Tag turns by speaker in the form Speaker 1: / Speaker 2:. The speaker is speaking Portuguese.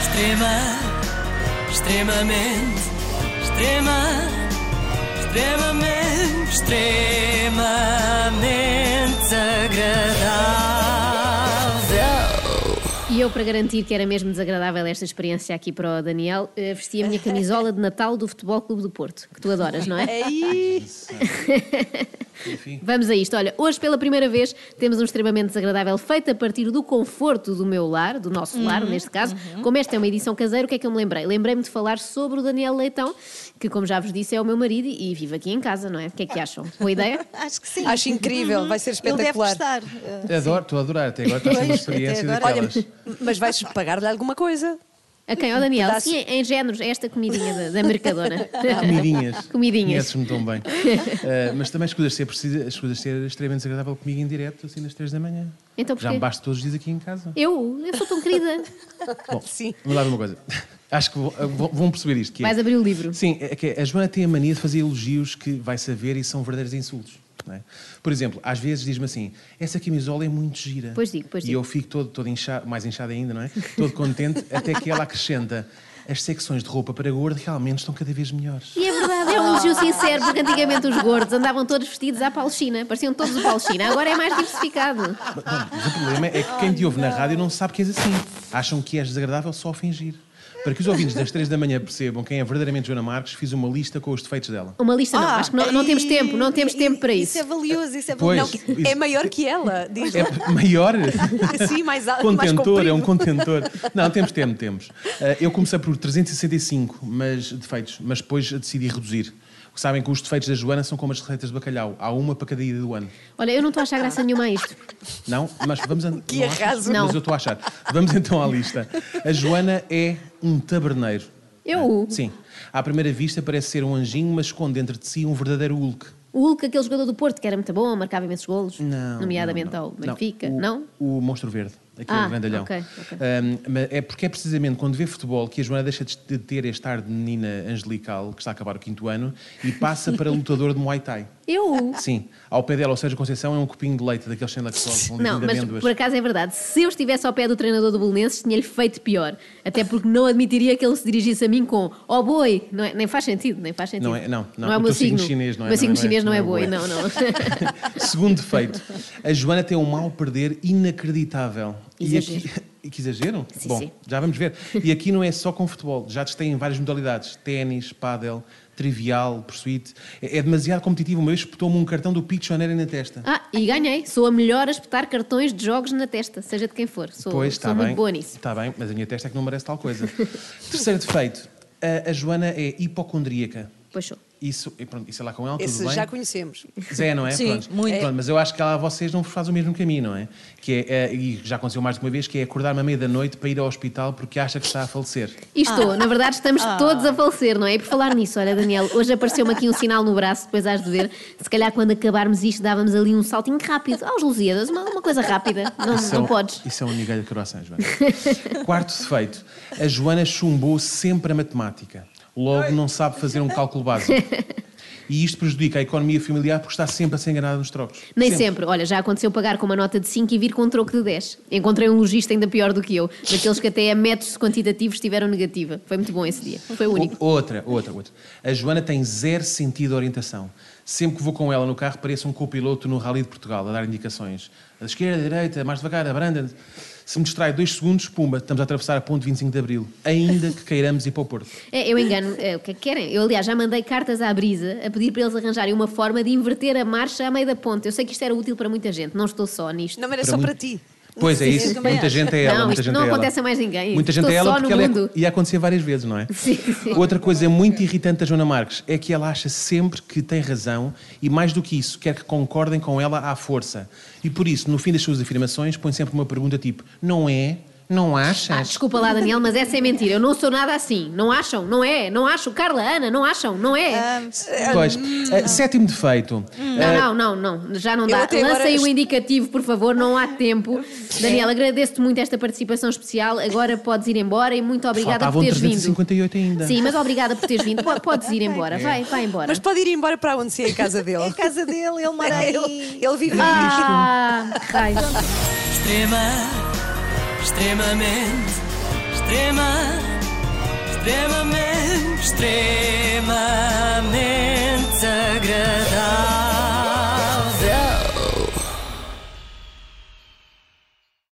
Speaker 1: Extrema, extremamente, extrema, extremamente, extremamente agradável.
Speaker 2: E eu, para garantir que era mesmo desagradável esta experiência aqui para o Daniel, eh, vesti a minha camisola de Natal do Futebol Clube do Porto, que tu adoras, não é?
Speaker 3: Enfim.
Speaker 2: Vamos a isto. Olha, hoje pela primeira vez temos um extremamente desagradável feito a partir do conforto do meu lar, do nosso lar, neste caso. Como esta é uma edição caseira, o que é que eu me lembrei? Lembrei-me de falar sobre o Daniel Leitão, que, como já vos disse, é o meu marido e vive aqui em casa, não é? O que é que acham? Boa ideia?
Speaker 4: Acho que sim.
Speaker 5: Acho Uhum. incrível, vai ser espetacular.
Speaker 4: Ele deve gostar.
Speaker 3: Adoro, estou a adorar, até agora está a ser uma
Speaker 4: Pois,
Speaker 3: experiência
Speaker 4: até agora.
Speaker 3: daquelas.
Speaker 5: Mas vais pagar-lhe alguma coisa.
Speaker 2: A quem? Ó Daniel,
Speaker 5: pedaço.
Speaker 2: sim, em géneros, esta comidinha da, da mercadona.
Speaker 3: Comidinhas.
Speaker 2: Comidinhas.
Speaker 3: Conheces-me tão bem. Eh, mas também escusas ser, precisa, escusas ser extremamente desagradável comigo em direto, assim, das 3 da manhã.
Speaker 2: Então porquê?
Speaker 3: Já me basto todos os dias aqui em casa.
Speaker 2: Eu? Eu sou tão querida.
Speaker 3: Bom,
Speaker 5: Sim.
Speaker 3: vamos lá ver uma coisa. Acho que vão- vão vão perceber isto. Que é-
Speaker 2: Vais abrir o livro.
Speaker 3: Sim, é que a Joana tem a mania de fazer elogios que vai saber e são verdadeiros insultos. não é? Por exemplo, às vezes diz-me assim: essa camisola é muito gira.
Speaker 2: Pois digo, pois
Speaker 3: E
Speaker 2: digo.
Speaker 3: eu fico todo, todo inchado, mais inchado ainda, não é? Todo contente, até que ela acrescenta: as secções de roupa para gordo realmente estão cada vez melhores.
Speaker 2: E é verdade, é um elogio sincero, porque antigamente os gordos andavam todos vestidos à Palestina, pareciam todos o Palestina, agora é mais diversificado.
Speaker 3: Mas, bom, mas o problema é que quem te ouve na
Speaker 2: Oh,
Speaker 3: rádio não sabe que és assim. Acham que és desagradável só a fingir. Para que os ouvintes das três da manhã percebam quem é verdadeiramente Joana Marques, fiz uma lista com os defeitos dela.
Speaker 2: Uma lista não,
Speaker 5: Ah,
Speaker 2: acho que não, não temos
Speaker 4: E-
Speaker 2: tempo, não temos
Speaker 4: e-
Speaker 2: tempo para
Speaker 4: Isso é
Speaker 2: isso.
Speaker 4: valioso, isso é
Speaker 3: Pois.
Speaker 4: valioso.
Speaker 5: É maior que ela, diz
Speaker 3: É maior?
Speaker 5: Sim, mais alto, mais
Speaker 3: Contentor, é um
Speaker 5: comprido.
Speaker 3: contentor. Não, temos, temos, temos. Ah, eu comecei por 365 mas, defeitos, mas depois decidi reduzir. Sabem que os defeitos da Joana são como as receitas de bacalhau. Há uma para cada dia do
Speaker 4: é
Speaker 3: ano.
Speaker 2: Olha, eu não estou a achar graça nenhuma a isto.
Speaker 3: Não? Mas vamos... an-
Speaker 5: Que
Speaker 3: não achas?
Speaker 5: arraso.
Speaker 2: Não.
Speaker 3: Mas eu estou a achar. Vamos então à lista. A Joana é um taberneiro.
Speaker 2: Eu?
Speaker 3: Sim. À primeira vista parece ser um anjinho, mas esconde dentro de si um verdadeiro Hulk.
Speaker 2: O Hulk, aquele jogador do Porto, que era muito bom, marcava imensos golos,
Speaker 3: Não,
Speaker 2: nomeadamente
Speaker 3: não,
Speaker 2: ao
Speaker 3: não.
Speaker 2: Benfica,
Speaker 3: o,
Speaker 2: não?
Speaker 3: O Monstro Verde, aquele
Speaker 2: Ah,
Speaker 3: grandalhão.
Speaker 2: ok, ok.
Speaker 3: Ahm, mas é porque é precisamente quando vê futebol que a Joana deixa de ter este ar de menina angelical, que está a acabar o quinto ano, e passa para lutador de Muay Thai.
Speaker 2: Eu?
Speaker 3: Sim, ao pé dela, ou seja, Conceição é um copinho de leite daqueles sem lactose, um
Speaker 2: Não,
Speaker 3: de
Speaker 2: mas
Speaker 3: amêndoas.
Speaker 2: por acaso é verdade. Se eu estivesse ao pé do treinador do Belenenses, tinha-lhe feito pior. Até porque não admitiria que ele se dirigisse a mim com ó boi. Não é- nem faz sentido, nem faz sentido.
Speaker 3: Não é- não, não,
Speaker 2: é
Speaker 3: o
Speaker 2: o meu
Speaker 3: teu signo
Speaker 2: signo.
Speaker 3: chinês não
Speaker 2: O
Speaker 3: é-
Speaker 2: meu
Speaker 3: não
Speaker 2: signo
Speaker 3: é-
Speaker 2: chinês não é
Speaker 3: não é
Speaker 2: boi,
Speaker 3: boi.
Speaker 2: não, não.
Speaker 3: Segundo defeito, a Joana tem um mal perder inacreditável. E
Speaker 2: Exagero.
Speaker 3: aqui... e Que exagero?
Speaker 2: Sim,
Speaker 3: Bom,
Speaker 2: sim.
Speaker 3: já vamos ver. E aqui não é só com futebol, já têm várias modalidades: ténis, pádel, trivial, pursuit. É é demasiado competitivo. Uma vez espetou-me um cartão do Pictionary na testa.
Speaker 2: Ah, e ganhei. Sou a melhor a espetar cartões de jogos na testa, seja de quem for. Sou,
Speaker 3: pois,
Speaker 2: sou
Speaker 3: está
Speaker 2: muito
Speaker 3: bem.
Speaker 2: boa nisso.
Speaker 3: Está bem, mas a minha testa é que não merece tal coisa. Terceiro defeito: a, a Joana é hipocondríaca.
Speaker 2: Pois sou.
Speaker 3: Isso, e pronto, isso é lá com ela, tudo
Speaker 5: Esse
Speaker 3: bem.
Speaker 5: já conhecemos.
Speaker 3: Zé, não é?
Speaker 5: Sim,
Speaker 3: Pronto.
Speaker 5: muito.
Speaker 3: Pronto, mas eu acho que ela, a vocês não vos faz o mesmo caminho, não é? Que é, eh, e já aconteceu mais de uma vez, que é acordar-me à meia-da-noite para ir ao hospital porque acha que está a falecer.
Speaker 2: E estou, na verdade estamos todos a falecer, não é? E por falar nisso, olha Daniel, hoje apareceu-me aqui um sinal no braço, depois hás de ver. Se calhar quando acabarmos isto dávamos ali um saltinho rápido. Aos Lusíadas, uma, uma coisa rápida. Não,
Speaker 3: Isso é
Speaker 2: Ah, não
Speaker 3: um-
Speaker 2: podes.
Speaker 3: Isso é um migalho de croissant, Joana. Quarto defeito. A Joana chumbou sempre a matemática. Logo não sabe fazer um cálculo básico. E isto prejudica a economia familiar porque está sempre a ser enganada nos trocos.
Speaker 2: Nem sempre. Olha, já aconteceu pagar com uma nota de 5 e vir com um troco de 10. Encontrei um logista ainda pior do que eu, daqueles que até a métodos quantitativos tiveram negativa. Foi muito bom esse dia. Foi o único.
Speaker 3: O- Outra, outra, outra. A Joana tem zero sentido de orientação. Sempre que vou com ela no carro, pareço um copiloto no Rally de Portugal, a dar indicações. A esquerda, a direita, mais devagar, a branda. Se me distrai dois segundos, pumba, estamos a atravessar a ponte 25 de Abril. Ainda que queiramos ir para o Porto.
Speaker 2: É, eu engano. É, o que é que querem? Eu, aliás, já mandei cartas à Brisa a pedir para eles arranjarem uma forma de inverter a marcha a meio da ponte. Eu sei que isto era útil para muita gente, não estou só nisto.
Speaker 5: Não era
Speaker 3: Para
Speaker 5: só
Speaker 3: muito-
Speaker 5: para ti.
Speaker 3: Pois é
Speaker 5: Sim,
Speaker 3: isso,
Speaker 5: eu também
Speaker 3: muita
Speaker 5: acho.
Speaker 3: gente é ela.
Speaker 2: Não,
Speaker 3: muita
Speaker 2: isto
Speaker 3: gente
Speaker 2: não
Speaker 3: é ela.
Speaker 2: acontece a mais ninguém.
Speaker 3: Muita gente
Speaker 2: Estou
Speaker 3: é ela
Speaker 2: só
Speaker 3: porque
Speaker 2: no
Speaker 3: ela
Speaker 2: mundo.
Speaker 3: é, ia acontecer várias vezes, não é?
Speaker 2: Sim, sim.
Speaker 3: Outra coisa é muito irritante da Joana Marques é que ela acha sempre que tem razão e, mais do que isso, quer que concordem com ela à força. E por isso, no fim das suas afirmações, põe sempre uma pergunta tipo: não é? Não
Speaker 2: Ah,
Speaker 3: achas?
Speaker 2: desculpa lá, Daniel, mas essa é mentira. Eu não sou nada assim. Não acham? Não é? Não acho? Carla, Ana, não acham? Não é?
Speaker 5: Ah,
Speaker 3: Pois. Ah, sétimo defeito. é.
Speaker 2: Não, não, não, não, já não
Speaker 5: Eu
Speaker 2: dá.
Speaker 5: até
Speaker 2: Lança
Speaker 5: agora
Speaker 2: aí o
Speaker 5: est- É.
Speaker 2: indicativo, por favor, não há tempo. Daniel, agradeço-te muito esta participação especial. Agora podes ir embora e muito obrigada por
Speaker 3: Faltavam
Speaker 2: teres vindo.
Speaker 3: 358 ainda.
Speaker 2: Sim, mas obrigada por teres vindo. Po- Podes ir embora, vai, vai embora.
Speaker 5: Mas pode ir embora para onde se é a casa dele.
Speaker 4: É a casa dele, ele mora aí.
Speaker 5: Ele, ele vive
Speaker 2: Ah, Ai,
Speaker 1: Extrema, extremamente, extrema, extremamente, extrema.